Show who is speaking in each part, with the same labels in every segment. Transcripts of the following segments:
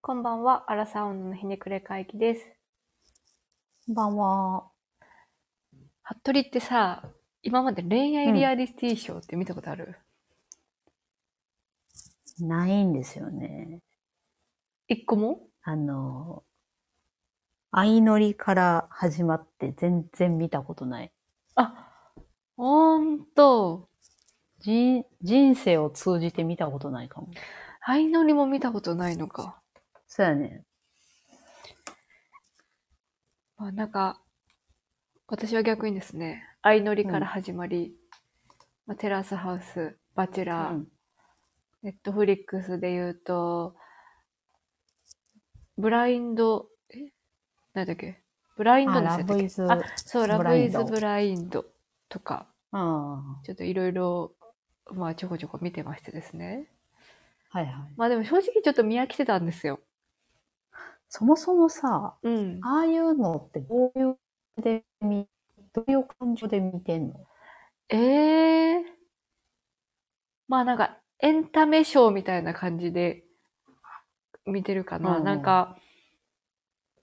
Speaker 1: こんばんは、アラサウンドのひねくれ会議です。
Speaker 2: こんばんは。
Speaker 1: 服部ってさ、今まで恋愛リアリティショーって見たことある、
Speaker 2: ないんですよね。
Speaker 1: 一個も
Speaker 2: あの、相乗りから始まって全然見たことない。
Speaker 1: あ、ほんと。
Speaker 2: 人、人生を通じて見たことないかも。
Speaker 1: 相乗りも見たことないのか。
Speaker 2: そうやね。
Speaker 1: まあなんか、私は逆にですね、相乗りから始まり、まあ、テラスハウス、バチェ
Speaker 2: う
Speaker 1: ラー、
Speaker 2: ん。
Speaker 1: ネットフリックスで言うと、ブラインド、え何だっけブラインド
Speaker 2: あ、
Speaker 1: の
Speaker 2: ラ
Speaker 1: せいだっ
Speaker 2: ブ
Speaker 1: け
Speaker 2: イズ。
Speaker 1: あそう、ラ
Speaker 2: ブ
Speaker 1: ブ
Speaker 2: ラ
Speaker 1: イ
Speaker 2: インド
Speaker 1: ズブラインドとか、
Speaker 2: あ
Speaker 1: ちょっといろいろ、まあちょこちょこ見てましてですね。
Speaker 2: あ、はいはい。
Speaker 1: まあでも正直ちょっと見飽きてたんですよ。
Speaker 2: そもそもさ、
Speaker 1: うん。
Speaker 2: ああいうのってどういうで見、どういう感情で見てんの
Speaker 1: ええまあなんか、エンタメショーみたいな感じで見てるかな。
Speaker 2: うんうん
Speaker 1: なんか、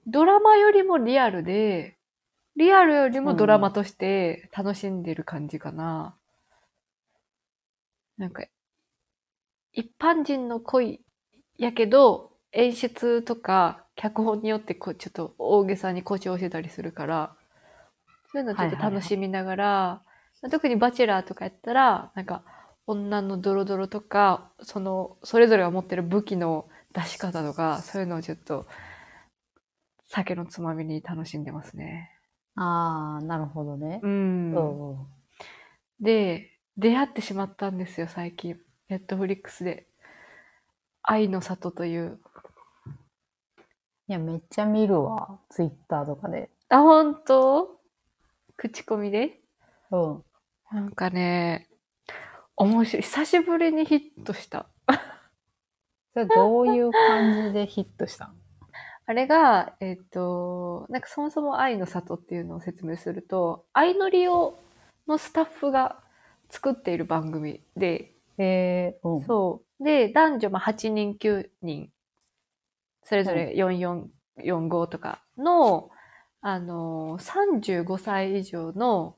Speaker 1: ドラマよりもリアルで、リアルよりもドラマとして楽しんでる感じかな。なんか、一般人の恋やけど、演出とか脚本によってこうちょっと大げさに誇張してたりするから、そういうのちょっと楽しみながら、特にバチェラーとかやったら、なんか、女のドロドロとか、その、それぞれが持ってる武器の出し方とか、そういうのをちょっと、酒のつまみに楽しんでますね。
Speaker 2: ああ、なるほどね
Speaker 1: う。ん。
Speaker 2: そ
Speaker 1: で、出会ってしまったんですよ、最近。ネットフリックスで。愛の里という。
Speaker 2: う。いや、めっちゃ見るわ。ツイッターとかで。
Speaker 1: あ、本当口コミで
Speaker 2: うん。
Speaker 1: なんかね、面白い。久しぶりにヒットした。
Speaker 2: それどういう感じでヒットしたの
Speaker 1: あれが、えっ、と、なんかそもそも愛の里っていうのを説明すると、愛のりを、のスタッフが作っている番組で、
Speaker 2: えー、うん。
Speaker 1: そう。で、男女まあ8人、9人、それぞれ4445とかの、あのー、35歳以上の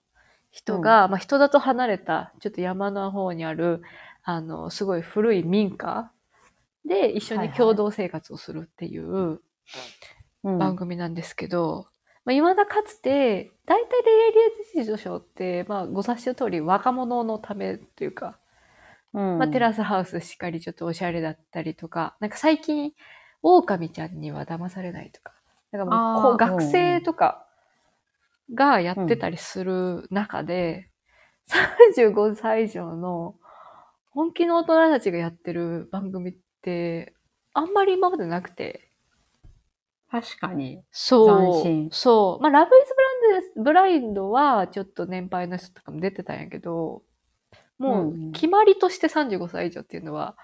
Speaker 1: 人が、まあ人里離れた、ちょっと山の方にある、あのー、すごい古い民家で一緒
Speaker 2: はい
Speaker 1: に
Speaker 2: はい
Speaker 1: 共同生活をするっていう、
Speaker 2: うん
Speaker 1: 番組なんですけど、まあ、未だかつて、大体レイリアリティ女賞って、まあ、ご察しの通り若者のためというか、
Speaker 2: うん
Speaker 1: まあ、テラスハウスしっかりちょっとおしゃれだったりとか、なんか最近、狼ちゃんには騙されないとか、なんかもう
Speaker 2: あー
Speaker 1: こう学生とかがやってたりする中で、35歳以上の本気の大人たちがやってる番組って、あんまり今までなくて、
Speaker 2: 確かに。
Speaker 1: そう。
Speaker 2: 斬新
Speaker 1: そう。まあ、ラブイズブランドブラインドは、ちょっと年配の人とかも出てたんやけど、も
Speaker 2: うんう
Speaker 1: う、
Speaker 2: ん
Speaker 1: 決まりとして35歳以上っていうのは、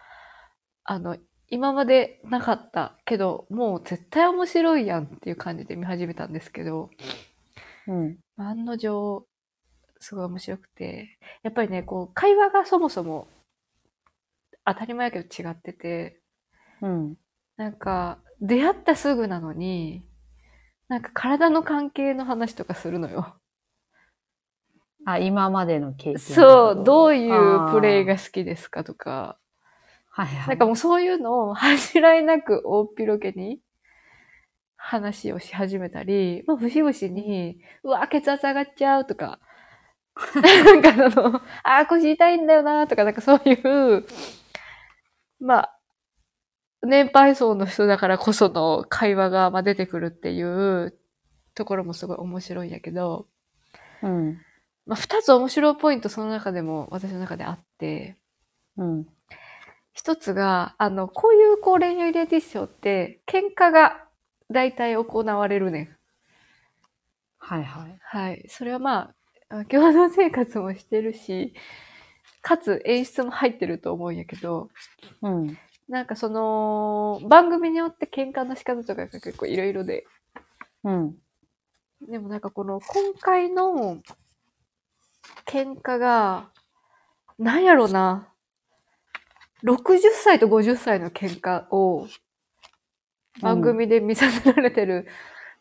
Speaker 1: あの、今までなかったけど、もう絶対面白いやんっていう感じで見始めたんですけど、
Speaker 2: うん。
Speaker 1: まあ案の定、すごい面白くて、やっぱりね、こう、会話がそもそも、当たり前やけど違ってて、
Speaker 2: うん。
Speaker 1: なんか、出会ったすぐなのに、なんか体の関係の話とかするのよ。
Speaker 2: あ、今までの経験。
Speaker 1: そう、どういうプレイ
Speaker 2: あー。
Speaker 1: が好きですかとか、
Speaker 2: はいはい。
Speaker 1: なんかもうそういうのを恥じらいなく大っぴろげに話をし始めたり、まあ、節々に、うわ、血圧上がっちゃうとか、 なんかあの、あー、腰痛いんだよなとか、なんかそういう、まあ、年配層の人だからこその会話がまあ出てくるっていうところもすごい面白いんやけど、
Speaker 2: うん。
Speaker 1: まあ、二つ面白いポイントその中でも私の中であって、
Speaker 2: うん。
Speaker 1: 一つが、あの、こういうこう恋愛レディショーって、喧嘩が大体行われるねん。
Speaker 2: はいはい。
Speaker 1: はい。それはまあ、共同生活もしてるし、かつ演出も入ってると思うんやけど、
Speaker 2: うん。
Speaker 1: なんかその、番組によって喧嘩の仕方とかが結構いろいろで、
Speaker 2: うん。
Speaker 1: でもなんかこの今回の喧嘩が、なんやろな、60歳と50歳の喧嘩を番組で見させられてる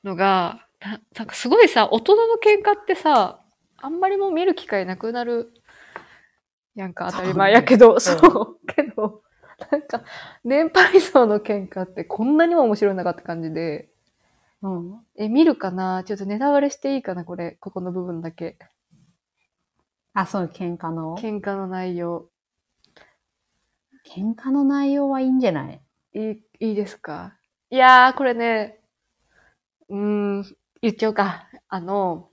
Speaker 1: のが、ななんかすごいさ、大人の喧嘩ってさ、あんまりもう見る機会なくなるやんか、当たり前やけど、
Speaker 2: そ
Speaker 1: そうう
Speaker 2: ね
Speaker 1: けど、なんか、年配層の喧嘩ってこんなにも面白いのかって感じで、
Speaker 2: うん。
Speaker 1: え、見るかなちょっとネタバレしていいかなこれ、ここの部分だけ。
Speaker 2: あ、そう、喧嘩の。
Speaker 1: 喧嘩の内容。
Speaker 2: 喧嘩の内容はいいんじゃない
Speaker 1: いい、いいですかいやー、これね、うーん、言っちゃおうか。あの、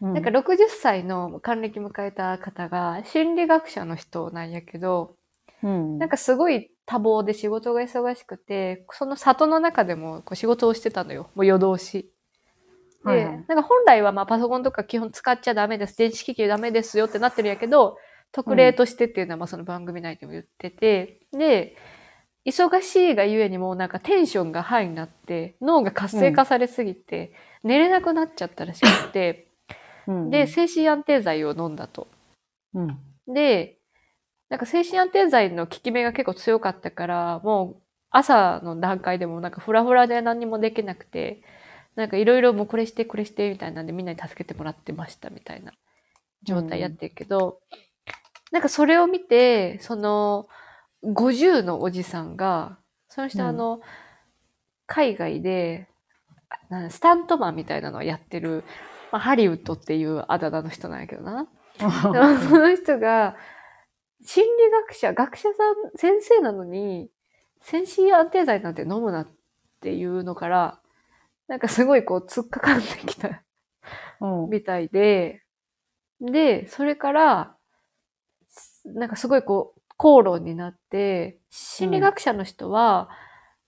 Speaker 2: な
Speaker 1: なんか、60歳の還暦迎えた方が、心理学者の人なんやけど、
Speaker 2: うん。
Speaker 1: なんかすごい多忙で仕事が忙しくて、その里の中でもこう仕事をしてたのよ。もう夜通し。で、
Speaker 2: はいはい
Speaker 1: なんか本来はまあパソコンとか基本使っちゃダメです。電子機器ダメですよってなってるんやけど、特例としてっていうのはまあその番組内でも言ってて、で、忙しいがゆえにもうなんかテンションがハイになって、脳が活性化されすぎて、寝れなくなっちゃったらしくて、
Speaker 2: うん、
Speaker 1: で、精神安定剤を飲んだと。
Speaker 2: うん。
Speaker 1: で、なんか精神安定剤の効き目が結構強かったから、もう朝の段階でもなんかフラフラで何もできなくて、なんかいろいろもうこれしてこれしてみたいなんでみんなに助けてもらってましたみたいな状態やってるけど、なんかそれを見て、その50のおじさんが、その
Speaker 2: う
Speaker 1: 人
Speaker 2: ん
Speaker 1: あの、海外で、なんスタントマンみたいなのをやってる、まあ、ハリウッドっていうあだ名の人なんやけどな。でもその人が、心理学者、学者さん、先生なのに、先進安定剤なんて飲むなっていうのから、なんかすごいこう、突っかかってきた
Speaker 2: うん
Speaker 1: みたいで、で、それから、なんかすごいこう、口論になって、心理学者の人は、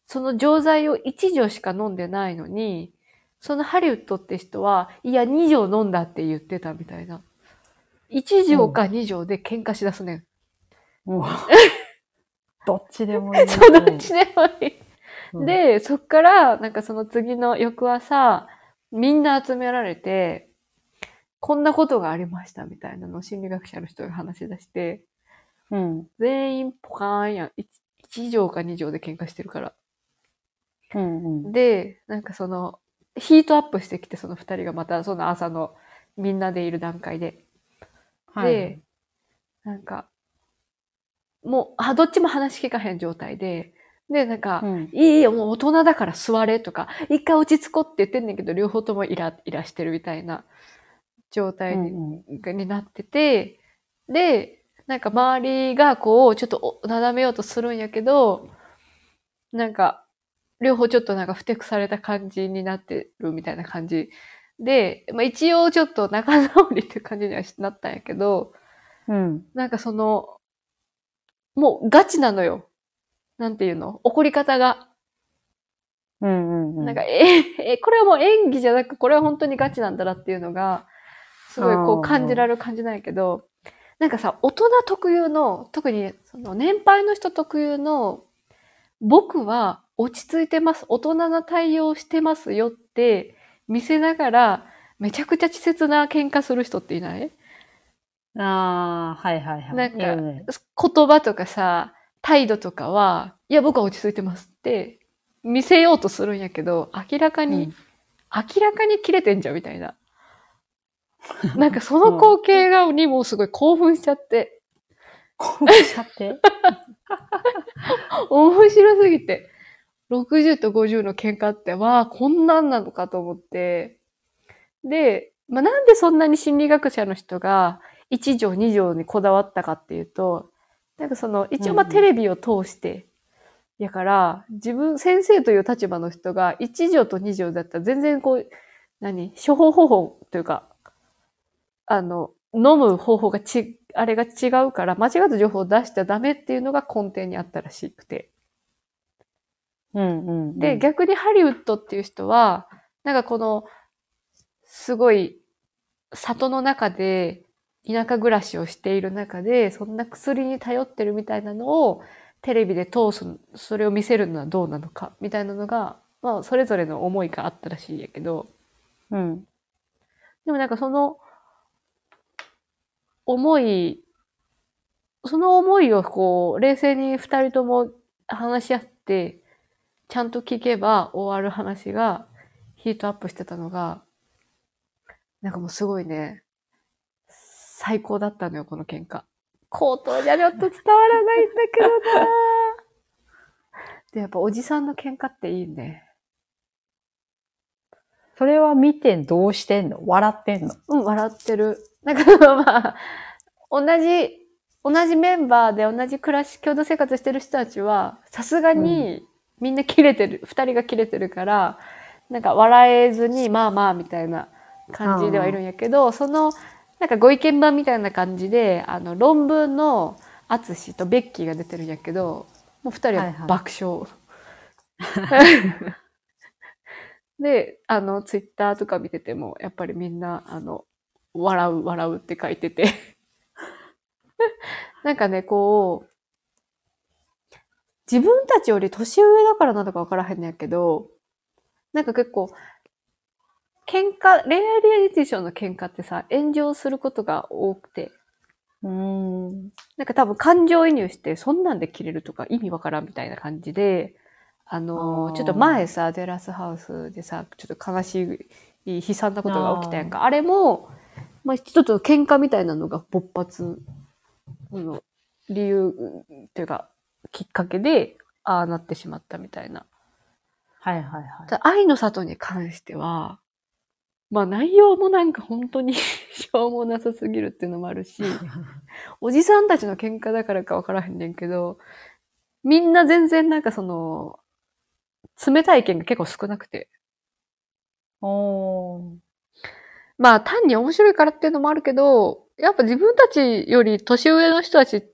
Speaker 1: その錠剤を1錠しか飲んでないのに、そのハリウッドって人は、いや、2錠飲んだって言ってたみたいな。1錠か2錠で喧嘩しだすねん。
Speaker 2: もうどっちでもいい。
Speaker 1: そう、どっちでもいい。
Speaker 2: うん、
Speaker 1: で、そっから、なんかその次の翌朝、みんな集められて、こんなことがありましたみたいなのを心理学者の人が話し出して、
Speaker 2: うん。
Speaker 1: 全員ポカーンやん。1, 畳か2畳で喧嘩してるから。
Speaker 2: うんうん。
Speaker 1: で、なんかその、ヒートアップしてきて、その二人がまた、その朝のみんなでいる段階で。
Speaker 2: はい
Speaker 1: で、なんか、もう、あ、どっちも話聞かへん状態で、で、なんか、
Speaker 2: うん
Speaker 1: いいよ、もう大人だから座れとか、一回落ち着こうって言ってんねんけど、両方ともイライラしてるみたいな状態に,、
Speaker 2: うんうん
Speaker 1: なってて、で、なんか周りがこう、ちょっとおなだめようとするんやけど、なんか、両方ちょっとなんか不適された感じになってるみたいな感じで、まあ一応ちょっと仲直りっていう感じにはなったんやけど、
Speaker 2: うん。
Speaker 1: なんかその、もうガチなのよ。なんていうの怒り方が。
Speaker 2: うんうんうん。
Speaker 1: なんか、え、 え、これはもう演技じゃなく、これは本当にガチなんだなっていうのが、すごいこ
Speaker 2: あー
Speaker 1: う感じられる感じなんやけど、なんかさ、大人特有の、特にその年配の人特有の、僕は落ち着いてます、大人な対応してますよって見せながら、めちゃくちゃ稚拙な喧嘩する人っていない
Speaker 2: ああ、はいはいはい。
Speaker 1: なんか
Speaker 2: いやね
Speaker 1: 言葉とかさ、態度とかは、いや、僕は落ち着いてますって見せようとするんやけど、明らかに、
Speaker 2: うん
Speaker 1: 明らかに切れてんじゃんみたいな。なんかその光景が、にもうすごい興奮しちゃって、
Speaker 2: こうしちゃって。
Speaker 1: 面白すぎて、60と50の喧嘩って、わあ、こんなんなのかと思って、で、まあ、なんでそんなに心理学者の人が1条2条にこだわったかっていうと、なんかその、一応まあ
Speaker 2: うんうん
Speaker 1: テレビを通して、やから、自分、先生という立場の人が1条と2条だったら全然こう、何処方方法というか、あの、飲む方法がち、あれが違うから、間違った情報を出しちゃダメっていうのが根底にあったらしくて。
Speaker 2: うんうんうん。
Speaker 1: で、逆にハリウッドっていう人は、なんかこの、すごい、里の中で、田舎暮らしをしている中で、そんな薬に頼ってるみたいなのを、テレビで通す、それを見せるのはどうなのか、みたいなのが、まあ、それぞれの思いがあったらしいんやけど、
Speaker 2: うん。
Speaker 1: でもなんかその、思い、その思いをこう、冷静に二人とも話し合って、ちゃんと聞けば終わる話がヒートアップしてたのが、なんかもうすごいね、最高だったのよ、この喧嘩。口頭じゃちょっと伝わらないんだけどな で、やっぱおじさんの喧嘩っていいね。
Speaker 2: それは見てどうしてんの笑ってんの
Speaker 1: うん、笑ってる。なんかまあ、同じ、同じメンバーで同じ暮らし、共同生活してる人たちは、さすがにみんな切れてる、二、人が切れてるから、なんか笑えずに、まあまあみたいな感じではいるんやけど、その、なんかご意見版みたいな感じで、あの、論文の淳とベッキーが出てるんやけど、もう二人
Speaker 2: はいは
Speaker 1: はい爆笑。 で、あの、ツイッターとか見てても、やっぱりみんな、あの、笑う、笑うって書いてて。 なんかね、こう、自分たちより年上だからなのかわからへんねやけど、なんか結構、喧嘩、恋愛リアリティショーの喧嘩ってさ、炎上することが多くて、
Speaker 2: うーん。
Speaker 1: なんか多分感情移入して、そんなんで切れるとか意味わからんみたいな感じで、あのー
Speaker 2: あー
Speaker 1: ちょっと前さ、テラスハウスでさ、ちょっと悲しい、悲惨なことが起きたやんか。あれも、まあ、ちょっと喧嘩みたいなのが勃発の理由というか、きっかけで、ああなってしまったみたいな。
Speaker 2: はいはいはい。
Speaker 1: ただ愛の里に関しては、まあ内容もなんか本当に しょうもなさすぎるっていうのもあるし、おじさんたちの喧嘩だからかわからへんねんけど、みんな全然なんかその、冷たい意見が結構少なくて。
Speaker 2: おー。
Speaker 1: まあ単に面白いからっていうのもあるけど、やっぱ自分たちより年上の人たち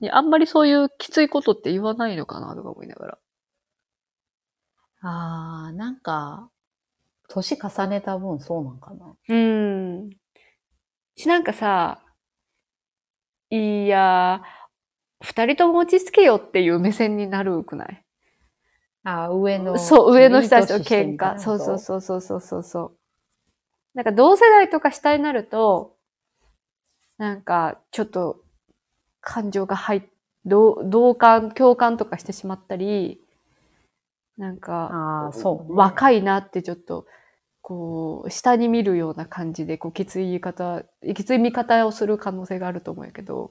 Speaker 1: にあんまりそういうきついことって言わないのかなとか思いながら。
Speaker 2: あー、なんか、年重ねた分そうなんかな。
Speaker 1: うん。し、なんかさ、いやー、二人とも落ち着けよっていう目線になるくない
Speaker 2: あー、上の。
Speaker 1: そう、上の人たちの
Speaker 2: いい年して
Speaker 1: 喧
Speaker 2: みたい
Speaker 1: 嘩。
Speaker 2: な
Speaker 1: そ
Speaker 2: こ
Speaker 1: う
Speaker 2: と
Speaker 1: そうそうそうそうそうそう。なんか同世代とか下になると、なんかちょっと感情が入っ、同同感、共感とかしてしまったり、なんか
Speaker 2: ああ、そう、
Speaker 1: 若いなってちょっと、こう、下に見るような感じで、こう、きつい言い方、きつい見方をする可能性があると思うんやけど、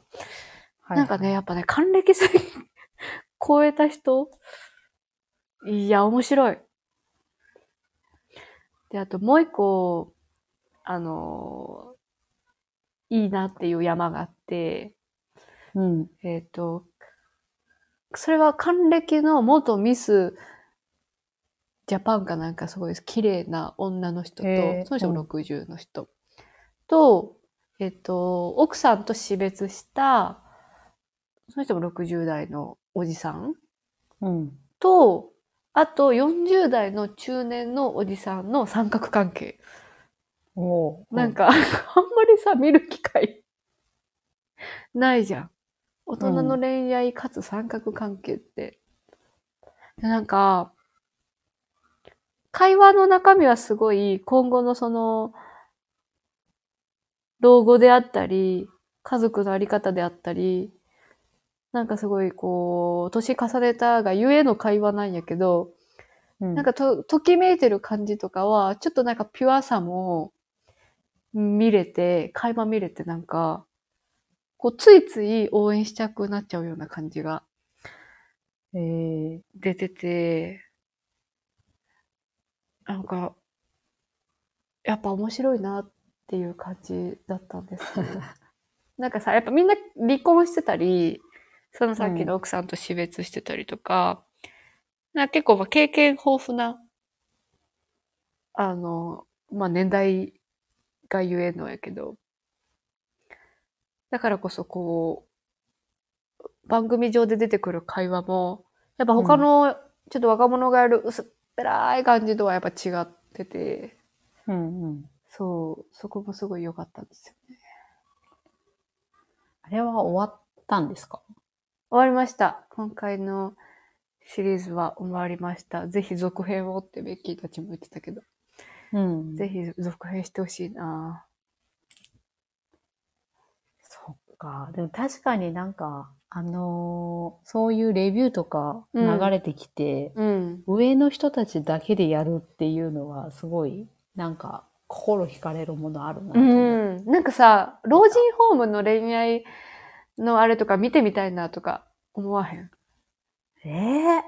Speaker 2: はい
Speaker 1: なんかね、やっぱね、還暦過ぎ、 超えた人いや、面白い。で、あともう一個、あのーいいなっていう山があって、
Speaker 2: うん。
Speaker 1: えっ、と、それは還暦の元ミスジャパンかなんかすごい綺麗な女の人と、
Speaker 2: へー
Speaker 1: その人も60の人、と、えっ、と、奥さんと死別した、その人も60代のおじさん
Speaker 2: うん。
Speaker 1: と、あと40代の中年のおじさんの三角関係。
Speaker 2: おー
Speaker 1: なん、か、あんまりさ、見る機会 ないじゃん。大人の恋愛かつ三角関係って。でなんか、会話の中身はすごい、今後のその、老後であったり、家族のあり方であったり、なんかすごいこう、年重ねたがゆえの会話なんやけど、
Speaker 2: うん、
Speaker 1: なんかと、ときめいてる感じとかは、ちょっとなんかピュアさも見れて、垣間見れてなんか、こう、ついつい応援したくなっちゃうような感じが
Speaker 2: えー、
Speaker 1: 出てて、なんか、やっぱ面白いなっていう感じだったんですよ。なんかさ、やっぱみんな離婚してたり、そのさっきの奥さんと死別してたりとか、なんか結構まあ経験豊富な、あの、まあ年代がゆえのやけど、だからこそこう、番組上で出てくる会話も、やっぱ他のちょっと若者がやる薄っぺらい感じとはやっぱ違ってて、
Speaker 2: うんうん。
Speaker 1: そう、そこもすごい良かったんですよ。
Speaker 2: あれは終わったんですか
Speaker 1: 終わりました。今回のシリーズは終わりました。ぜひ続編をってベッキーたちも言ってたけど、
Speaker 2: うん
Speaker 1: ぜひ続編してほしいな
Speaker 2: そっか。でも確かになんか、あのーそういうレビューとか流
Speaker 1: うん
Speaker 2: れてきて、
Speaker 1: うん。
Speaker 2: 上の人たちだけでやるっていうのは、すごい、なんか、心惹かれるものあるなと
Speaker 1: う
Speaker 2: 思う。
Speaker 1: ん。なんかさ、老人ホームの恋愛のあれとか見てみたいなとか思わへん。
Speaker 2: ええ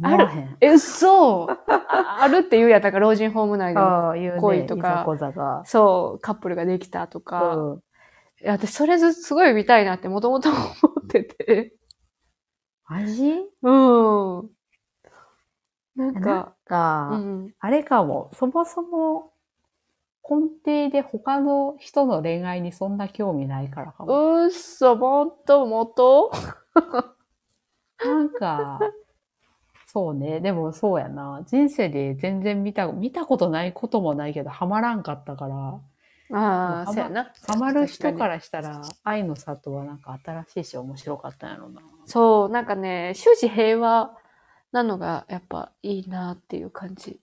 Speaker 2: ー、
Speaker 1: ある
Speaker 2: 思わへん。
Speaker 1: え、 そうあるって言うやったから、老人ホーム内でも。
Speaker 2: ああ、いうね、
Speaker 1: 恋とか
Speaker 2: いざこざが。
Speaker 1: そう、カップルができたとか。
Speaker 2: うん
Speaker 1: いや、私それずすごい見たいなってもともと思ってて。
Speaker 2: 味
Speaker 1: うん。なん
Speaker 2: なん
Speaker 1: か、
Speaker 2: か、
Speaker 1: うん。
Speaker 2: あれかも、そもそも根底で他の人の恋愛にそんな興味ないからかも。
Speaker 1: うっそ、もっともっと
Speaker 2: なんか、そうね、でもそうやな。人生で全然見た、見たことないこともないけど、ハマらんかったから、
Speaker 1: あ
Speaker 2: ハマ
Speaker 1: あ、そうやな。。
Speaker 2: ハマる人かららしたら、愛の里はなんか新しいし面白かったんやろな。
Speaker 1: そう、なんかね、終始平和なのがやっぱいいなっていう感じ。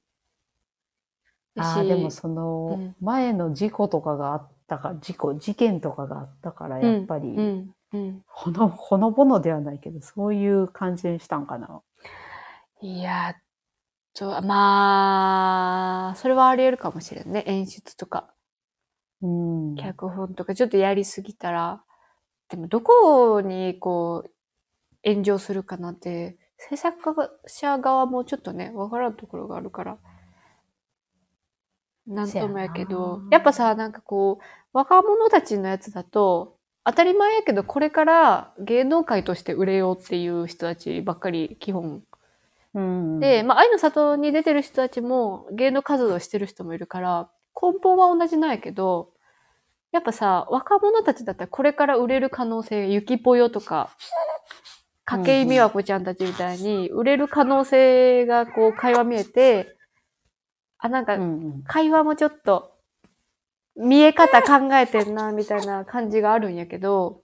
Speaker 2: ああ、
Speaker 1: し
Speaker 2: でもその、前の事故とかがあったか、事故、事件とかがあったから、やっぱり、
Speaker 1: うん、うん。
Speaker 2: ほの、ほのぼのではないけど、そういう感じにしたんかな。
Speaker 1: いや、ちょ、まあ、それはあり得るかもしれんね。演出とか、
Speaker 2: うん。
Speaker 1: 脚本とか、ちょっとやりすぎたら。でも、どこに、こう、炎上するかなって、制作者側もちょっとね、わからんところがあるから。なんともやけ
Speaker 2: せや
Speaker 1: ど
Speaker 2: な、
Speaker 1: やっぱさ、なんかこう、若者たちのやつだと、当たり前やけど、これから芸能界として売れようっていう人たちばっかり基本
Speaker 2: うん
Speaker 1: で、、まあ、愛の里に出てる人たちも芸能活動してる人もいるから、根本は同じなんやけど、やっぱさ、若者たちだったらこれから売れる可能性、ゆきぽよとか、筧美和子ちゃんたちみたいに、売れる可能性がこう、会話見えて、あ、なん
Speaker 2: う
Speaker 1: か、
Speaker 2: んうん、
Speaker 1: 会話もちょっと、見え方考えてんな、みたいな感じがあるんやけど、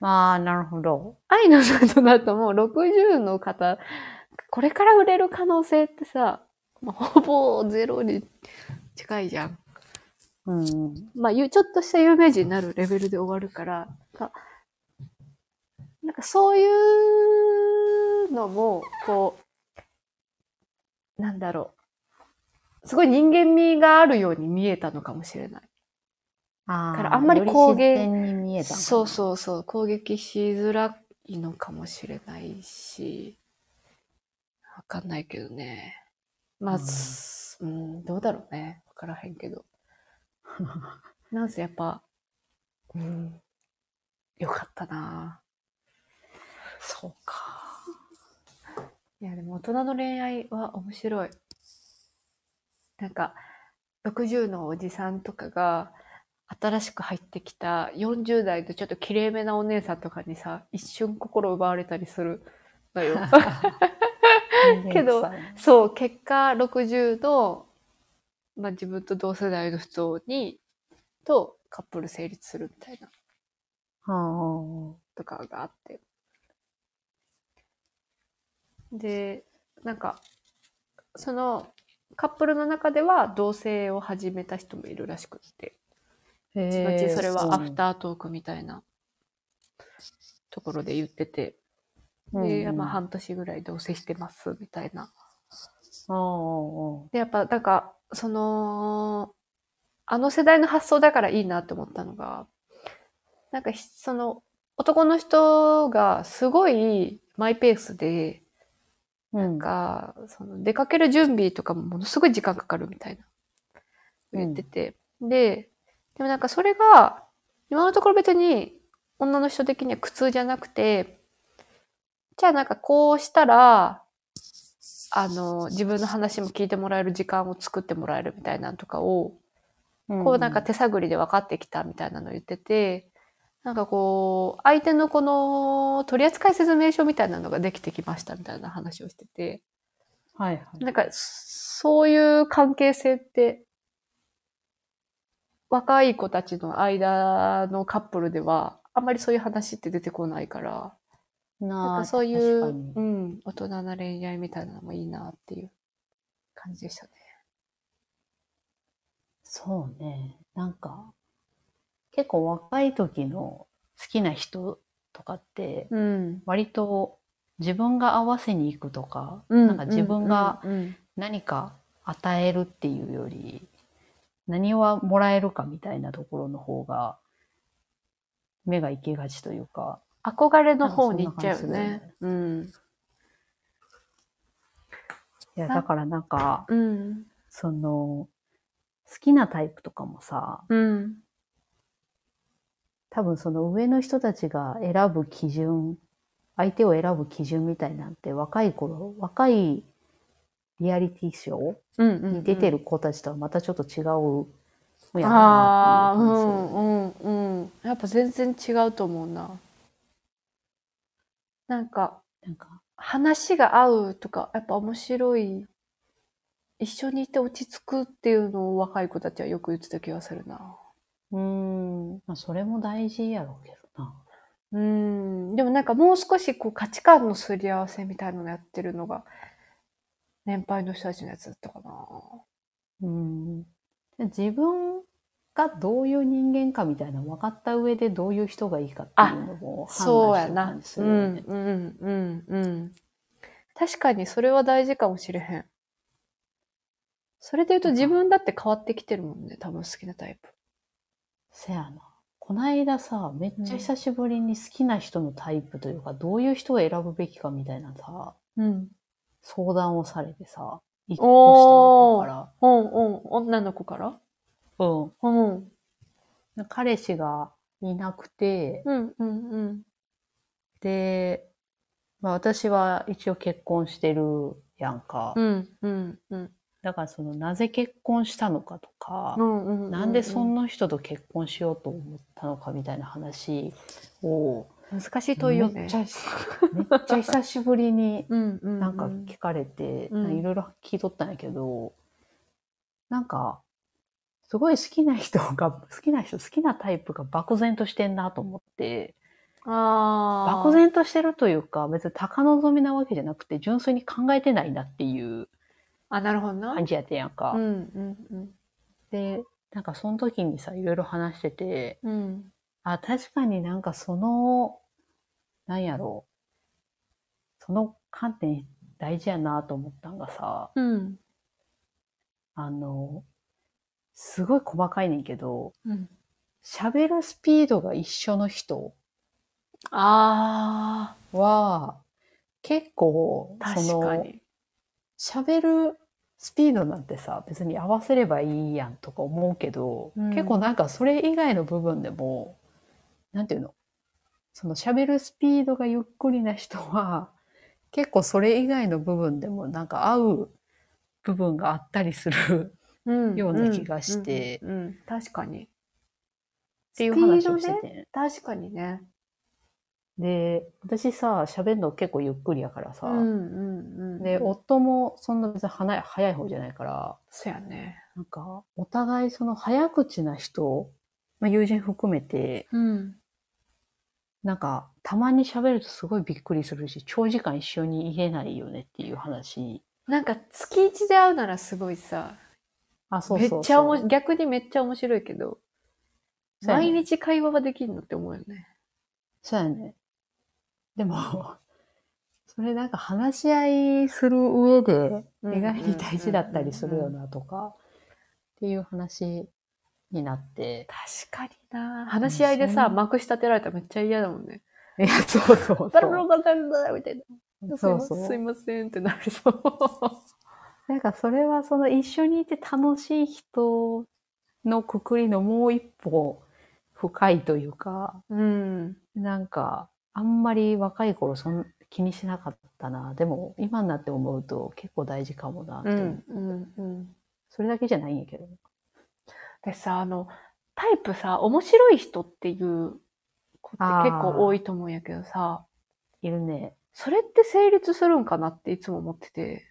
Speaker 2: まあ、なるほど。
Speaker 1: 愛の里だともう60の方、これから売れる可能性ってさ、まあほぼゼロに近いじゃん。
Speaker 2: うんうん。
Speaker 1: まあ、ゆちょっとした有名人になるレベルで終わるから、なんかなんかそういうのも、こう、なんだろう。すごい人間味があるように見えたのかもしれない。
Speaker 2: あー
Speaker 1: からあんまり攻撃
Speaker 2: より自然に見えた。
Speaker 1: そうそうそう攻撃しづらいのかもしれないしわかんないけどねまあ、
Speaker 2: うん
Speaker 1: すうん、どうだろうねわからへんけ どなんせやっぱうんよかったな
Speaker 2: そうか。
Speaker 1: いやでも大人の恋愛は面白いなんか60のおじさんとかが新しく入ってきた40代のちょっときれいめなお姉さんとかにさ一瞬心奪われたりするの よけど
Speaker 2: 人間臭い
Speaker 1: そう結果60の、まあ、自分と同世代の人にとカップル成立するみたいな
Speaker 2: はあ
Speaker 1: とかがあって。で、なんか、そのカップルの中では同棲を始めた人もいるらしくって、
Speaker 2: へ
Speaker 1: そ
Speaker 2: え
Speaker 1: のうちそれはアフ
Speaker 2: ー。
Speaker 1: タートークみたいなところで言ってて、
Speaker 2: うん
Speaker 1: で、
Speaker 2: うん
Speaker 1: まあ半年ぐらい同棲してますみたいな。
Speaker 2: あー
Speaker 1: で、やっぱ、なんか、その、あの世代の発想だからいいなって思ったのが、なんかひ、その、男の人がすごいマイペースで、
Speaker 2: あーあーうん
Speaker 1: が、その出かける準備とかもものすごい時間かかるみたいな、言ってて。で、でもなんかそれが、今のところ別に女の人的には苦痛じゃなくて、じゃあなんかこうしたら、あの、自分の話も聞いてもらえる時間を作ってもらえるみたいなのとかを、こうなんか手探りで分かってきたみたいなのを言ってて、なんかこう、相手のこの取扱説明書みたいなのができてきましたみたいな話をしてて、
Speaker 2: はいはい。
Speaker 1: なんか、そういう関係性って、若い子たちの間のカップルでは、あんまりそういう話って出てこないから、なん
Speaker 2: な
Speaker 1: かそういう、う
Speaker 2: あ
Speaker 1: ん、大人な恋愛みたいなのもいいなっていう感じでしたね。
Speaker 2: そうね。なんか、結構若い時の好きな人とかって、
Speaker 1: うん。
Speaker 2: 割と自分が合わせに行くとか、
Speaker 1: うん
Speaker 2: なんか自分が
Speaker 1: うんうん
Speaker 2: 何か与えるっていうより、何はもらえるかみたいなところの方が、目が行きがちというか、
Speaker 1: 憧れの方に行っちゃうよ
Speaker 2: なん
Speaker 1: ね
Speaker 2: か。
Speaker 1: うん。
Speaker 2: いや、
Speaker 1: さ
Speaker 2: だからなんか、
Speaker 1: うん。
Speaker 2: その、好きなタイプとかもさ、
Speaker 1: うん。
Speaker 2: 多分その上の人たちが選ぶ基準、相手を選ぶ基準みたいなんて若い頃、若いリアリティショー
Speaker 1: うんうん
Speaker 2: に出てる子たちとはまたちょっと違うもんや
Speaker 1: あ
Speaker 2: な
Speaker 1: あ、
Speaker 2: っ
Speaker 1: う
Speaker 2: ていう感じ。
Speaker 1: んうんうん。やっぱ全然違うと思うな。なんか、
Speaker 2: なんか、
Speaker 1: 話が合うとか、やっぱ面白い。一緒にいて落ち着くっていうのを若い子たちはよく言ってた気がするな。
Speaker 2: うーん、まあそれも大事やろうけどな。
Speaker 1: うん。でもなんかもう少しこう価値観のすり合わせみたいなのやってるのが、年配の人たちのやつだったかな。
Speaker 2: うん。自分がどういう人間かみたいなの分かった上でどういう人がいいかっていうのも判
Speaker 1: そう
Speaker 2: 断し
Speaker 1: や
Speaker 2: てる感
Speaker 1: な
Speaker 2: じ。す
Speaker 1: う
Speaker 2: る
Speaker 1: ん
Speaker 2: よね。
Speaker 1: うんうんうん。確かにそれは大事かもしれへん。それで言うと
Speaker 2: なんか
Speaker 1: 自分だって変わってきてるもんね、多分好きなタイプ。
Speaker 2: せやな。こないださ、めっちゃ久しぶりに好きな人のタイプというか、どういう人を選ぶべきかみたいなさ、
Speaker 1: うん。
Speaker 2: 相談をされてさ、一個
Speaker 1: お
Speaker 2: 下
Speaker 1: ー
Speaker 2: の子
Speaker 1: うんうん。女の子から
Speaker 2: から、うん
Speaker 1: うん。
Speaker 2: 彼氏がいなくて、
Speaker 1: うんうんうん。
Speaker 2: で、まあ私は一応結婚してるやんか。
Speaker 1: うんうんうん。
Speaker 2: だからその、なぜ結婚したのかとか、
Speaker 1: うんうんうん。
Speaker 2: なんでそん
Speaker 1: な
Speaker 2: な人と結婚しようと思ったのかみたいな話を、
Speaker 1: 難しい問いよ
Speaker 2: め
Speaker 1: ね
Speaker 2: っち。ゃ、めっちゃ久しぶりに
Speaker 1: うんうん。
Speaker 2: なんか聞かれて、
Speaker 1: うん
Speaker 2: なんかいろいろ聞いとったんやけど、なんか、すごい好きな人 が、好きな人、好きなタイプが漠然としてんなと思って、
Speaker 1: ああ。
Speaker 2: 漠然としてるというか、別に高望みなわけじゃなくて、純粋に考えてないなっていう
Speaker 1: あ、なるほどな。
Speaker 2: 感じやってんやんか。
Speaker 1: うんうんうん。
Speaker 2: で、なんかその時にさ、いろいろ話してて、
Speaker 1: うん。
Speaker 2: あ、確かになんかその、なんやろう、その観点大事やなと思ったんがさ、
Speaker 1: うん。
Speaker 2: あの、すごい細かいねんけど、
Speaker 1: うん。
Speaker 2: 喋るスピードが一緒の人
Speaker 1: あ
Speaker 2: は、結構
Speaker 1: あ、、確かに。
Speaker 2: その、喋るスピードなんてさ、別に合わせればいいやんとか思うけど、
Speaker 1: うん
Speaker 2: 結構なんかそれ以外の部分でも、なんていうのその喋るスピードがゆっくりな人は、結構それ以外の部分でもなんか合う部分があったりするような気がして
Speaker 1: うんうんうん確かに
Speaker 2: っていう話をし
Speaker 1: スピ
Speaker 2: て
Speaker 1: ードね
Speaker 2: てん。
Speaker 1: 確かにね
Speaker 2: で、私さ、喋るの結構ゆっくりやからさ、
Speaker 1: うん
Speaker 2: で、
Speaker 1: お
Speaker 2: 夫もそんな別に早い早い方じゃないから、
Speaker 1: そやね
Speaker 2: なんか、お互いその早口な人、まあ、友人含めて、
Speaker 1: うん
Speaker 2: なんか、たまに喋るとすごいびっくりするし、長時間一緒にいれないよねっていう話。
Speaker 1: なんか月一で会うならすごいさ
Speaker 2: あ、そう
Speaker 1: め
Speaker 2: そ
Speaker 1: っ
Speaker 2: うそう。
Speaker 1: ちゃおも逆にめっちゃ面白いけど
Speaker 2: そうやね
Speaker 1: 毎日会話はできるのって思うよね
Speaker 2: そうやね。でも、それなんか話し合いする上で、
Speaker 1: うん
Speaker 2: 意外に大事だったりするよなとか、っていう話になって。
Speaker 1: 確かにな話し合いでさ
Speaker 2: うん
Speaker 1: まくし立てられたらめっちゃ嫌だもんね
Speaker 2: いや、そうそうそう。
Speaker 1: バラバラバラバラバラみたいな
Speaker 2: そう
Speaker 1: すいま
Speaker 2: そ。
Speaker 1: すいうませんってなりそう
Speaker 2: なんかそれはその一緒にいて楽しい人のくくりのもう一歩深いというか、
Speaker 1: うん
Speaker 2: なんかあんまり若い頃そん気にしなかったな。でも今になって思うと結構大事かもなって
Speaker 1: う
Speaker 2: 思う、
Speaker 1: んうんうん
Speaker 2: それだけじゃないんやけど。
Speaker 1: でさ、あの、タイプさ、面白い人っていう子って
Speaker 2: あー
Speaker 1: 結構多いと思うんやけどさ、
Speaker 2: いるね。
Speaker 1: それって成立するんかなっていつも思ってて。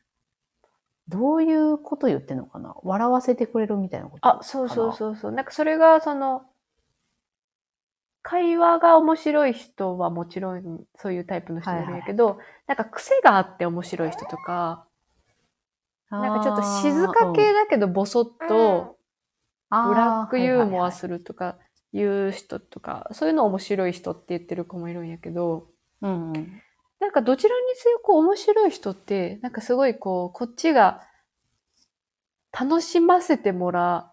Speaker 2: どういうこと言ってんのかな笑わせてくれるみたいなこと
Speaker 1: あ、そうそうそうそう。なんかそれが、その、会話が面白い人はもちろんそういうタイプの人なんやけど、なんか癖があって面白い人とか、
Speaker 2: う。
Speaker 1: なんかちょっと静か
Speaker 2: あー
Speaker 1: 系だけどボソッと
Speaker 2: うん
Speaker 1: ブラックユーモア
Speaker 2: あ
Speaker 1: するとか、言う人とか、そういうの面白い人って言ってる子もいるんやけど、
Speaker 2: うんうん。
Speaker 1: なんかどちらにせよこう面白い人って、なんかすごいこう、こっちが楽しませてもら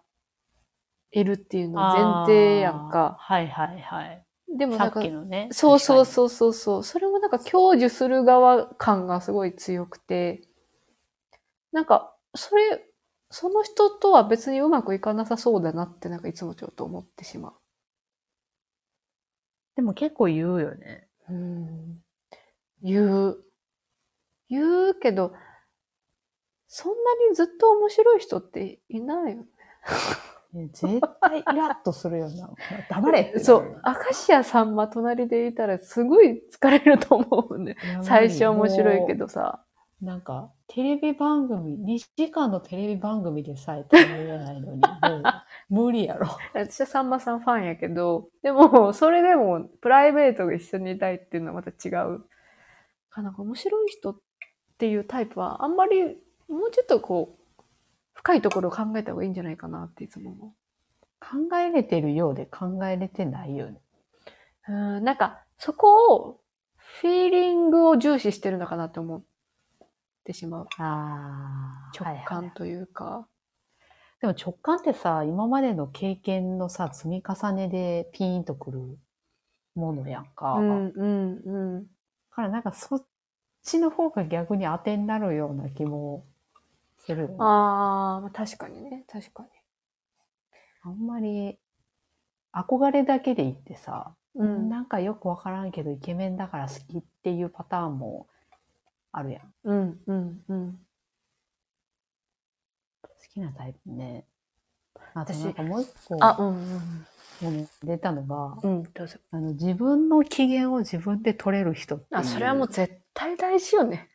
Speaker 1: えるっていうの前提やんか。
Speaker 2: あー。はいはいはい。
Speaker 1: でも
Speaker 2: さ
Speaker 1: なん
Speaker 2: っ
Speaker 1: か
Speaker 2: き、のね。
Speaker 1: そうそう
Speaker 2: う。
Speaker 1: そうそうそう。それもなんか享受する側感がすごい強くて、なんか、それ、その人とは別にうまくいかなさそうだなってなんかいつもちょっと思ってしまう。
Speaker 2: でも結構言うよね。
Speaker 1: うん言う。言うけど、そんなにずっと面白い人っていないよね。
Speaker 2: ね絶対イラッとするよな。 黙れってなるよな
Speaker 1: そう。。アカシアさんま隣でいたらすごい疲れると思うね。
Speaker 2: やばい
Speaker 1: 最初面白いけ。
Speaker 2: も
Speaker 1: どさ。
Speaker 2: うなんか、テレビ番組、2時間のテレビ番組でさえ食べれな いのに、もう無理やろ。
Speaker 1: 私はさんまさんファンやけど、でも、それでもプライベートが一緒にいたいっていうのはまた違う。かなんか面白い人っていうタイプはあんまり、もうちょっとこう、深いところを考えた方がいいんじゃないかなっていつも思う。
Speaker 2: 考えれてるようで考えれてないよね。
Speaker 1: うん、なんか、そこを、フィーリングを重視してるのかなって思ってしまう。
Speaker 2: あ
Speaker 1: 直感というか。
Speaker 2: でも直感ってさ、今までの経験のさ、積み重ねでピーンとくるものやんか。
Speaker 1: うん
Speaker 2: だ
Speaker 1: うんうん。
Speaker 2: からなんかそっちの方が逆に当てになるような気もするよね。
Speaker 1: あーまあ、確かにね、確か
Speaker 2: あんまり憧れだけでいってさ、
Speaker 1: に。うん。
Speaker 2: なんかよくわからんけどイケメンだから好きっていうパターンもあるやん。好
Speaker 1: うんうんうん。
Speaker 2: きなタイプね。あと
Speaker 1: 私
Speaker 2: なんかもう一個
Speaker 1: あ、うん
Speaker 2: もう出たのが、
Speaker 1: うん。うん、どうぞ。
Speaker 2: あの自分の機嫌を自分で取れる人っていう
Speaker 1: あ、それはもう絶対大事よね。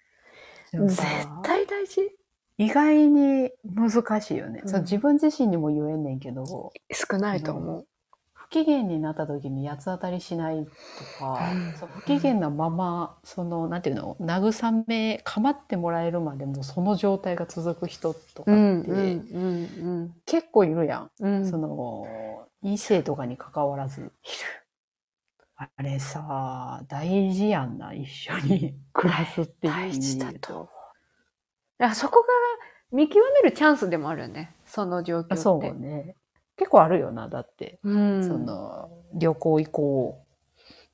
Speaker 2: なん
Speaker 1: 絶
Speaker 2: か
Speaker 1: 対大事。
Speaker 2: 意外に難しいよね、
Speaker 1: うん
Speaker 2: そう自分自身にも言えんねんけど
Speaker 1: 少ないと思う。
Speaker 2: 不機嫌になった時に八つ当たりしないとか、
Speaker 1: うん
Speaker 2: そう不機嫌なままそのなんていうの慰め構ってもらえるまでもその状態が続く人とか
Speaker 1: うん
Speaker 2: って、
Speaker 1: うんうん
Speaker 2: 結構いるやん、
Speaker 1: うん。うん
Speaker 2: その異性とかに関わらず。あれさ大事やんな一緒 に暮らすっていう意
Speaker 1: 大
Speaker 2: 味
Speaker 1: 事だ
Speaker 2: で言う
Speaker 1: と思う。だからそこが見極めるチャンスでもあるよね。その状況って。
Speaker 2: あそうね結構あるよなだって、
Speaker 1: うん。
Speaker 2: その旅行行こ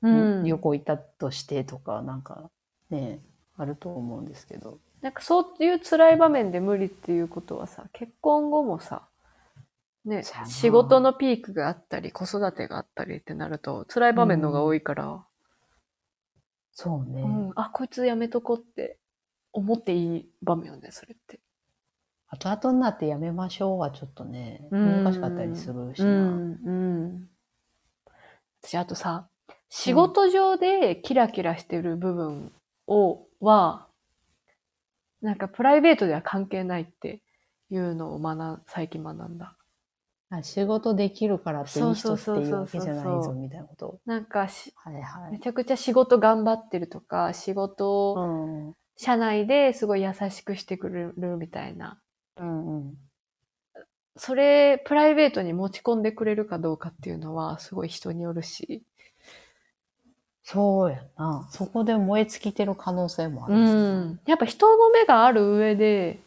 Speaker 2: う
Speaker 1: うん、
Speaker 2: 旅行行ったとしてとかなんかねあると思うんですけど
Speaker 1: なんかそういう辛い場面で無理っていうことはさ、結婚後もさ、ね
Speaker 2: そうや、な
Speaker 1: 仕事のピークがあったり、子育てがあったりってなると、辛い場面の方が多いから、
Speaker 2: そうね、
Speaker 1: うん、あ、こいつやめとこって思っていい場面よね、それって。
Speaker 2: 後々になってやめましょうはちょっとね
Speaker 1: うん
Speaker 2: 難しかったりするし
Speaker 1: う
Speaker 2: な、
Speaker 1: ん、うん。私、あとさ、仕事上でキラキラしてる部分を、は、なんかプライベートでは関係ないっていうのを学、最近学んだ。
Speaker 2: あ仕事できるからっていい人っていうわけじゃない
Speaker 1: そうそうそうそうそ
Speaker 2: ぞ
Speaker 1: う
Speaker 2: みたいなこと
Speaker 1: なんかし、
Speaker 2: はいは
Speaker 1: め
Speaker 2: い、
Speaker 1: ちゃくちゃ仕事頑張ってるとか、仕事
Speaker 2: う
Speaker 1: を
Speaker 2: ん、うん
Speaker 1: 社内ですごい優しくしてくれるみたいな。
Speaker 2: うん
Speaker 1: それ、プライベートに持ち込んでくれるかどうかっていうのは、すごい人によるし。
Speaker 2: そうやなそこで燃え尽きてる可能性もあ
Speaker 1: う
Speaker 2: るしさ、
Speaker 1: ん。やっぱ人の目がある上で、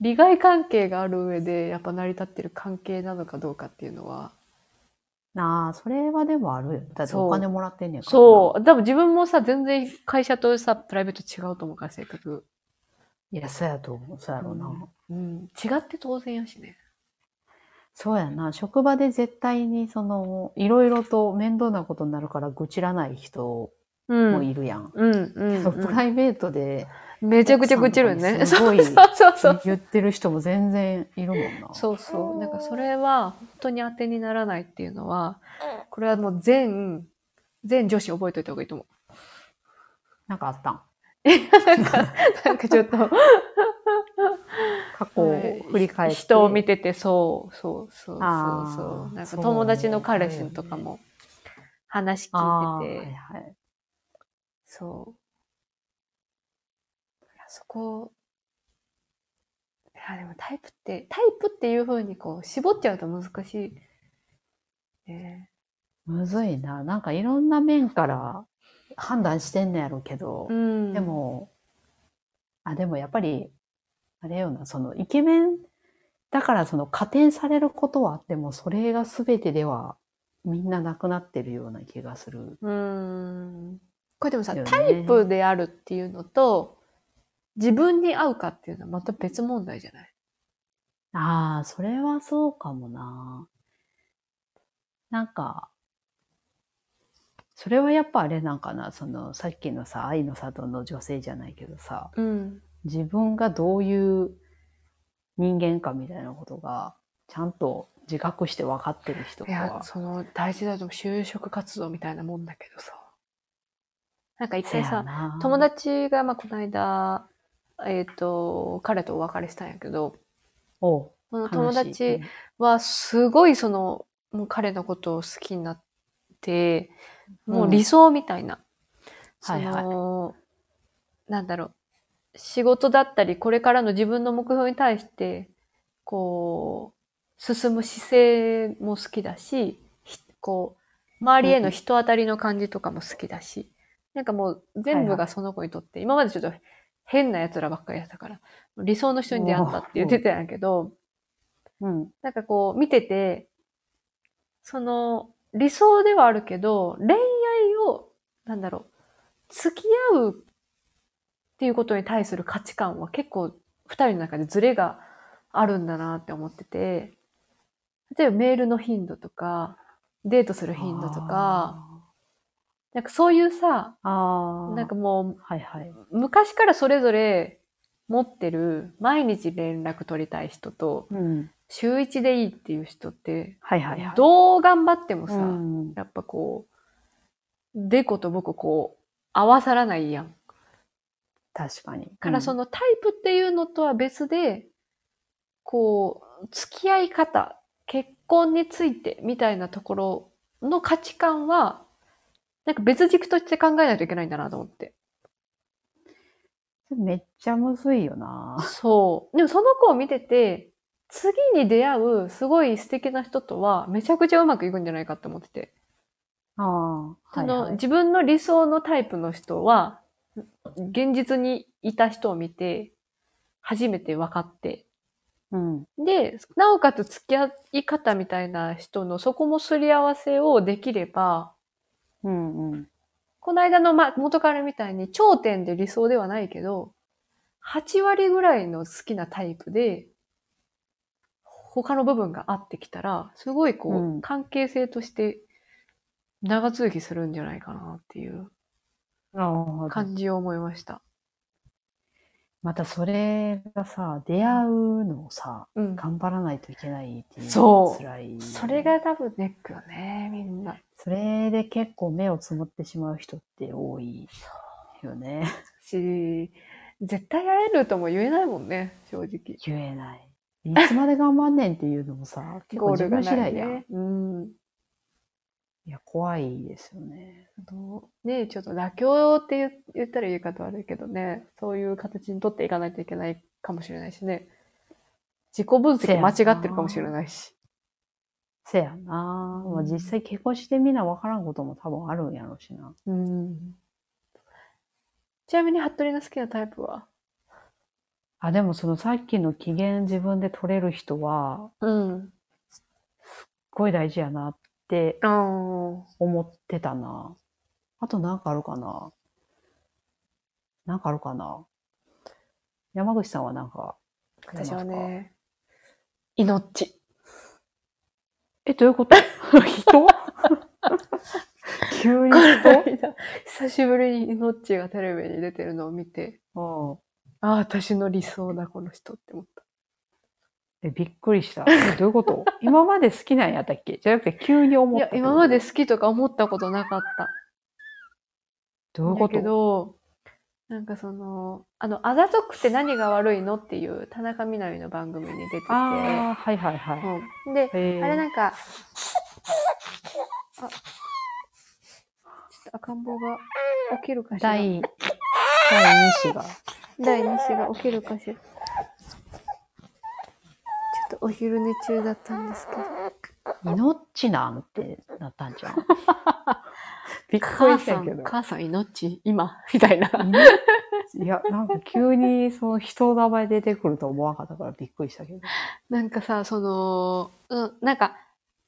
Speaker 1: 利害関係がある上で、やっぱ成り立ってる関係なのかどうかっていうのは。
Speaker 2: なあそれはでもあるよだって
Speaker 1: そう
Speaker 2: お金もらってんねんから
Speaker 1: そう。多分自分もさ、全然会社とさ、プライベート違うと思うから、性格。
Speaker 2: ういやそうやと思うそうやろうな、
Speaker 1: うん。違って当然やしね。
Speaker 2: そうやな、職場で絶対にその、いろいろと面倒なことになるから愚痴らない人
Speaker 1: う
Speaker 2: も
Speaker 1: ん。
Speaker 2: いるやん。
Speaker 1: うん。うん。
Speaker 2: そうプライベートで
Speaker 1: めちゃくちゃ愚痴るよね。
Speaker 2: 奥さ
Speaker 1: そ
Speaker 2: んとか
Speaker 1: う
Speaker 2: に
Speaker 1: そう
Speaker 2: す
Speaker 1: そうそう。
Speaker 2: 言ってる人も全然いるもんな。
Speaker 1: そうそう。なんかそれは本当に当てにならないっていうのは、これはもう全、全女子覚えといた方がいい と思
Speaker 2: なんかあったん。
Speaker 1: う。なんか、なんかちょっと、
Speaker 2: 過去を振り返って。
Speaker 1: 人を見てて、そう、そう、そう、そう、
Speaker 2: あー
Speaker 1: そう。なんか
Speaker 2: そう
Speaker 1: 友達の彼氏とかも話
Speaker 2: あ
Speaker 1: 聞い
Speaker 2: ー
Speaker 1: て
Speaker 2: は
Speaker 1: て
Speaker 2: い、はい。
Speaker 1: そう。いやそこ、いや、でもタイプって、タイプっていう風にこう、絞っちゃうと難しい。ね
Speaker 2: むずいな。なんかいろんな面から判断してんねやろうけど、
Speaker 1: ん
Speaker 2: で、も、あ、でもやっぱり、あれよな、そのイケメン、だからその加点されることはあっても、それが全てではみんななくなってるような気がする。
Speaker 1: うん。これでもさ、
Speaker 2: よね
Speaker 1: タイプであるっていうのと、自分に合うかっていうのはまた別問題じゃない
Speaker 2: ああ、それはそうかもな。なんか、それはやっぱあれなんかな、そのさっきのさ、愛の里の女性じゃないけどさ、
Speaker 1: うん。
Speaker 2: 自分がどういう人間かみたいなことが、ちゃんと自覚して分かってる人
Speaker 1: いや、
Speaker 2: か。
Speaker 1: その大事だと思う就職活動みたいなもんだけどさ。なんか一回さ、
Speaker 2: さ
Speaker 1: 友達が、まあ、この間、えっ、と、彼とお別れしたんやけど、
Speaker 2: を
Speaker 1: その友達はすごいその、もう彼のことを好きになって、もう理想みたいな。そ
Speaker 2: はいはい
Speaker 1: の、なんだろう。仕事だったり、これからの自分の目標に対して、こう、進む姿勢も好きだし、ひこう、周りへの人当たりの感じとかも好きだし、なんかもう全部
Speaker 2: はいは
Speaker 1: がその子にとって、今までちょっと変な奴らばっかりやったから、理想の人に出会ったって言ってたんやけど、
Speaker 2: うん、
Speaker 1: なんかこう見てて、その理想ではあるけど、恋愛を、なんだろう、付き合うっていうことに対する価値観は結構二人の中でズレがあるんだなって思ってて、例えばメールの頻度とか、デートする頻度とか、なんかそういうさ、
Speaker 2: あー、あー
Speaker 1: なんかも
Speaker 2: はいはい。
Speaker 1: う昔からそれぞれ持ってる毎日連絡取りたい人と、
Speaker 2: うん、
Speaker 1: 週一でいいっていう人って
Speaker 2: はいはいはい。
Speaker 1: どう頑張ってもさ、
Speaker 2: うん
Speaker 1: やっぱこう、デコと僕こう、合わさらないやん。
Speaker 2: 確かに。
Speaker 1: からそ
Speaker 2: の、
Speaker 1: のタイプっていうのとは別で、こう、付き合い方、結婚についてみたいなところの価値観は、なんか別軸として考えないといけないんだなと思 って。
Speaker 2: めっちゃむずいよな。
Speaker 1: そう。でもその子を見てて、次に出会うすごい素敵な人とはめちゃくちゃうまくいくんじゃないかって思ってて。
Speaker 2: ああ、は
Speaker 1: そ
Speaker 2: い
Speaker 1: の、
Speaker 2: はい。
Speaker 1: 自分の理想のタイプの人は、現実にいた人を見て、初めて分かって、
Speaker 2: うん、
Speaker 1: で、なおかつ付き合い方みたいな人のそこもすり合わせをできれば、
Speaker 2: うん、うん。
Speaker 1: この間の、ま、元彼みたいに頂点で理想ではないけど、8割ぐらいの好きなタイプで、他の部分が合ってきたら、すごいこう、
Speaker 2: うん
Speaker 1: 関係性として長続きするんじゃないかなっていう
Speaker 2: ああ、
Speaker 1: 感じを思いました。
Speaker 2: またそれがさ、出会うのをさ、
Speaker 1: うん。
Speaker 2: 頑張らないといけないっていうの
Speaker 1: そ
Speaker 2: が
Speaker 1: う
Speaker 2: 辛い。
Speaker 1: それ、が多分ネックよね、みんな。
Speaker 2: それで結構目をつむってしまう人って多いよね。
Speaker 1: し、絶対やれるとも言えないもんね、正直。
Speaker 2: 言えない。いつまで頑張んねんっていうのもさ、 結
Speaker 1: ゴ
Speaker 2: 構
Speaker 1: ー
Speaker 2: 自
Speaker 1: ルが
Speaker 2: 分次
Speaker 1: ない
Speaker 2: 第やん。
Speaker 1: ね。うん。
Speaker 2: いや、怖いですよね。
Speaker 1: あのねちょっと妥協って言言ったら言い方悪いけどね、そういう形にとっていかないといけないかもしれないしね。自己分
Speaker 2: せ
Speaker 1: 析
Speaker 2: やな
Speaker 1: 間違ってるかもしれないし。
Speaker 2: せやな、まあ、
Speaker 1: うん
Speaker 2: 実際結婚してみな分からんことも多分あるんやろうしな。
Speaker 1: うん。ちなみに、服部の好きなタイプは
Speaker 2: あ、でもそのさっきの機嫌自分で取れる人は、
Speaker 1: うん。
Speaker 2: すごい大事やなって
Speaker 1: ああ。
Speaker 2: 思ってたな。あとなんかあるかななんかあるかな山口さんはなんか、
Speaker 1: 私はね、命。
Speaker 2: え、どういうこと 人急に
Speaker 1: この
Speaker 2: 人
Speaker 1: 間 久しぶりにのっちがテレビに出てるのを見て、
Speaker 2: うん。
Speaker 1: ああ、私の理想だ、この人って思った。
Speaker 2: え、びっくりした。えどういうこと今まで好きなんやったっけじゃなくて急に思
Speaker 1: い
Speaker 2: ったっ
Speaker 1: や、
Speaker 2: てこと。
Speaker 1: 今まで好きとか思ったことなかった。
Speaker 2: どういうこ
Speaker 1: だけ
Speaker 2: と
Speaker 1: ど、なんかその、あの、あざとくて何が悪いのっていう田中みな実の番組に出てて、
Speaker 2: ああ、はいはいはい。
Speaker 1: うんで、
Speaker 2: へー
Speaker 1: あれなんか、あ、ちょっと赤ん坊が起きるかしら。
Speaker 2: 第、第2子が。
Speaker 1: 第2子が起きるかしら。ちょっとお昼寝中だったんですけど。
Speaker 2: 命なんてなったんじゃん。 びっくり
Speaker 1: 母
Speaker 2: し
Speaker 1: さ
Speaker 2: たけど
Speaker 1: ん、。母さん命今みたいな。
Speaker 2: いや、なんか急にその人の名前出てくると思わなかったからびっくりしたけど。
Speaker 1: なんかさ、その、うん、なんか、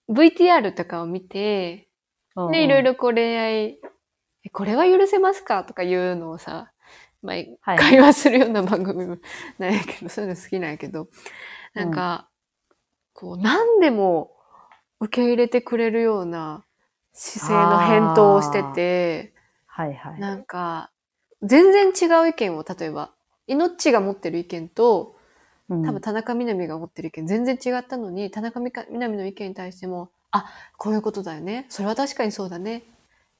Speaker 1: VTR とかを見て、
Speaker 2: うんうん
Speaker 1: で、いろい。ろこう恋愛、えこれは許せますかとかいうのをさ、毎
Speaker 2: はい
Speaker 1: 会話するような番組もなんやけど、そういうの好きなんやけど、なんか、こう、何でも受け入れてくれるような姿勢の返答をしてて、
Speaker 2: はいはい。
Speaker 1: なんか、全然違う意見を、例えば、命が持ってる意見と、
Speaker 2: うん
Speaker 1: 多分田中みな実が持ってる意見全然違ったのに、田中みかみな実の意見に対しても、あ、こういうことだよね。それは確かにそうだね。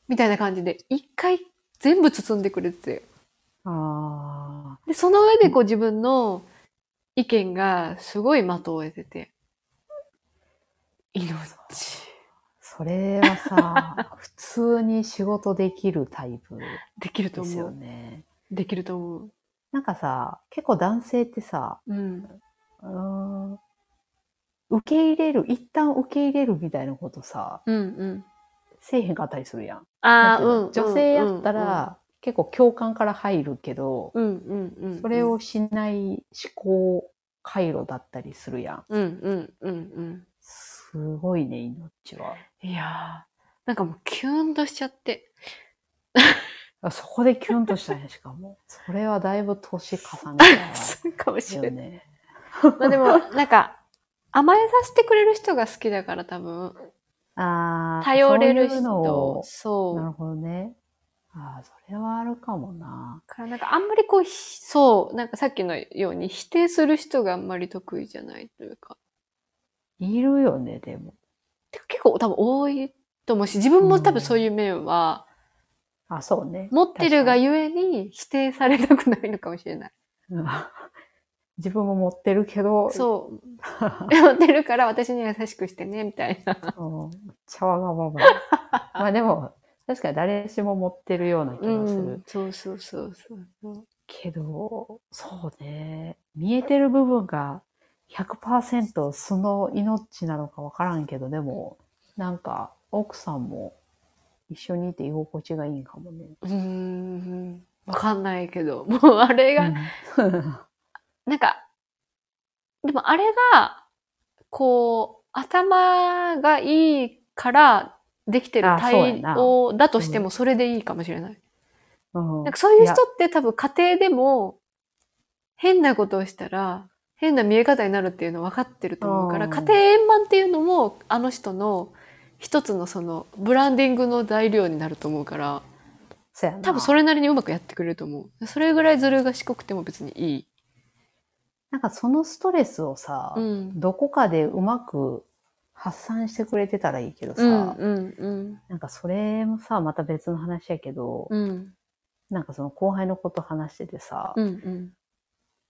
Speaker 1: みたいな感じで、一回全部包んでくれてて。
Speaker 2: あ
Speaker 1: で、その上でこう自分の意見がすごい的を得てて。命。
Speaker 2: あ、それはさ、 普通に仕事できるタイプ
Speaker 1: できると
Speaker 2: です
Speaker 1: 思
Speaker 2: よ
Speaker 1: う。
Speaker 2: ね。
Speaker 1: できると思う。
Speaker 2: なんかさ、結構男性ってさ、
Speaker 1: うん。
Speaker 2: うーん受け入れる、一旦受け入れるみたいなことさ、
Speaker 1: うんうん。
Speaker 2: せえへんかったりするやん。
Speaker 1: ああ、
Speaker 2: なんていうの
Speaker 1: うん。
Speaker 2: 女性やったら、結構共感から入るけど、
Speaker 1: うんうん、うんうんうん。
Speaker 2: それをしない思考回路だったりするやん。
Speaker 1: うんうんうん
Speaker 2: すごいね、命は。
Speaker 1: うん。いやー、なんかもうキュンとしちゃって。
Speaker 2: あそこでキュンとしたね、しかも。それはだいぶ年重ね
Speaker 1: そうかもしたれ
Speaker 2: よ
Speaker 1: ない。
Speaker 2: ね。
Speaker 1: まあでも、なんか、甘えさせてくれる人が好きだから多分、
Speaker 2: あー
Speaker 1: 頼れる人。
Speaker 2: そういうのを
Speaker 1: そう。
Speaker 2: な
Speaker 1: だ
Speaker 2: るほどね。ああ、それはあるかもな。
Speaker 1: からなんかあんまりこう、ひそう、なんかさっきのように否定する人があんまり得意じゃないというか。
Speaker 2: いるよね、でも。
Speaker 1: てか結構多分多いと思うし、自分も多分そういう面は、
Speaker 2: あ、そうね。
Speaker 1: 持ってるが
Speaker 2: 確
Speaker 1: ゆえに否定されたくないのかもしれない。
Speaker 2: かに 自分も持ってるけど、
Speaker 1: そう。持ってるから私には優しくしてね、みたいな。
Speaker 2: うん茶わがま ま。まあでも、確かに誰しも持ってるような気
Speaker 1: う
Speaker 2: がする。
Speaker 1: ん。そうそうそうそうそう。
Speaker 2: けど、そうね。見えてる部分が100%その命なのかわからんけど、でも、なんか、奥さんも一緒にいて居心地がいいんかもね。
Speaker 1: うーん。わかんないけど、もうあれが、なんか、でもあれが、こう、頭がいいからできてる
Speaker 2: あそうや
Speaker 1: 対
Speaker 2: な
Speaker 1: 応だとして
Speaker 2: う
Speaker 1: もそれでいいかもしれない。
Speaker 2: うん
Speaker 1: なんかそういう
Speaker 2: いや
Speaker 1: 人って多分家庭でも変なことをしたら変な見え方になるっていうの分かってると思うから、
Speaker 2: うん
Speaker 1: 家庭円満っていうのもあの人の一つのそのブランディングの材料になると思うから、
Speaker 2: そうやな
Speaker 1: 多分それなりにうまくやってくれると思う。それぐらいずる賢くても別にいい。
Speaker 2: なんかそのストレスをさ、
Speaker 1: うん。
Speaker 2: どこかでうまく発散してくれてたらいいけどさ、
Speaker 1: うんうんうん
Speaker 2: なんかそれもさ、また別の話やけど、
Speaker 1: うん
Speaker 2: なんかその後輩のこと話しててさ、
Speaker 1: うん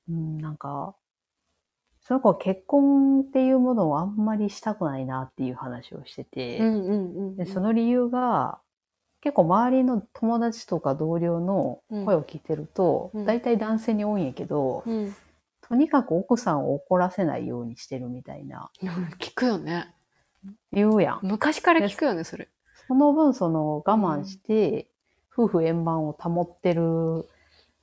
Speaker 1: うん
Speaker 2: うん、なんか、その子は結婚っていうものをあんまりしたくないなっていう話をしてて、
Speaker 1: うんうんうん
Speaker 2: でその理由が、結構周りの友達とか同僚の声を聞いてると、
Speaker 1: うんうん
Speaker 2: 大体男性に多いんやけど、
Speaker 1: うん、
Speaker 2: とにかく奥さんを怒らせないようにしてるみたいな、
Speaker 1: 聞くよね。
Speaker 2: 言うやん。
Speaker 1: 昔から聞くよね、それ。
Speaker 2: その分、その我慢して、夫婦円満を保ってる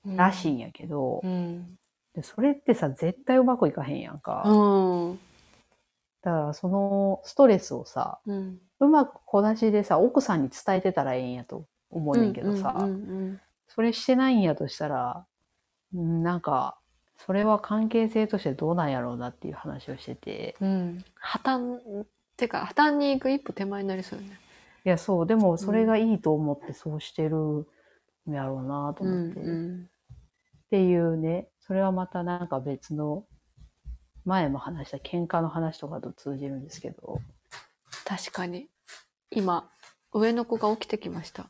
Speaker 2: らしいんやけど、
Speaker 1: うん。
Speaker 2: でそれってさ、絶対うまくいかへんやんか。
Speaker 1: うん。
Speaker 2: だから、そのストレスをさ、
Speaker 1: うん。
Speaker 2: うまく小出しでさ、奥さんに伝えてたらええんやと思うねんけどさ、
Speaker 1: うんうん
Speaker 2: それしてないんやとしたら、うんなんか、それは関係性としてどうなんやろうなっていう話をしてて。
Speaker 1: うん。うん破綻、てか破綻に行く一歩手前になりそうよね。
Speaker 2: いや、そう、でもそれがいいと思ってそうしてるんやろうなと思って。
Speaker 1: ん。
Speaker 2: っていうね、それはまたなんか別の、前も話した喧嘩の話とかと通じるんですけど、
Speaker 1: 確かに。今、上の子が起きてきました。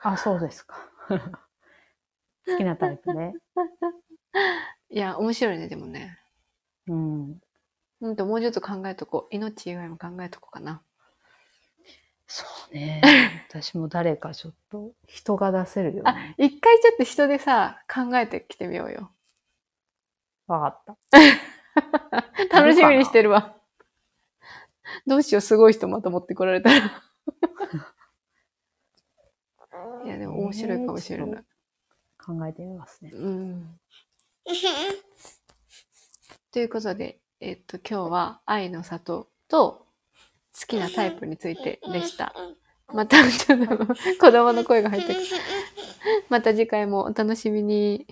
Speaker 2: あ、そうですか。 好きなタイプね。
Speaker 1: いや、面白いね、でもね。
Speaker 2: うん。
Speaker 1: うんと、もうちょっと考えとこう。命以外も考えとこうかな。
Speaker 2: そうね。私も誰かちょっと人が出せるよう
Speaker 1: あ
Speaker 2: に。、
Speaker 1: 一回ちょっと人でさ、考えてきてみようよ。
Speaker 2: わかった。
Speaker 1: 楽しみにしてるわ。どうしよう、すごい人また持ってこられたら。いや、でも面白いかもしれない。
Speaker 2: 考えてみますね。
Speaker 1: うん。ということで、えっと、今日は愛の里と好きなタイプについてでした。また、ちょっと子供の声が入ってる。また次回もお楽しみに。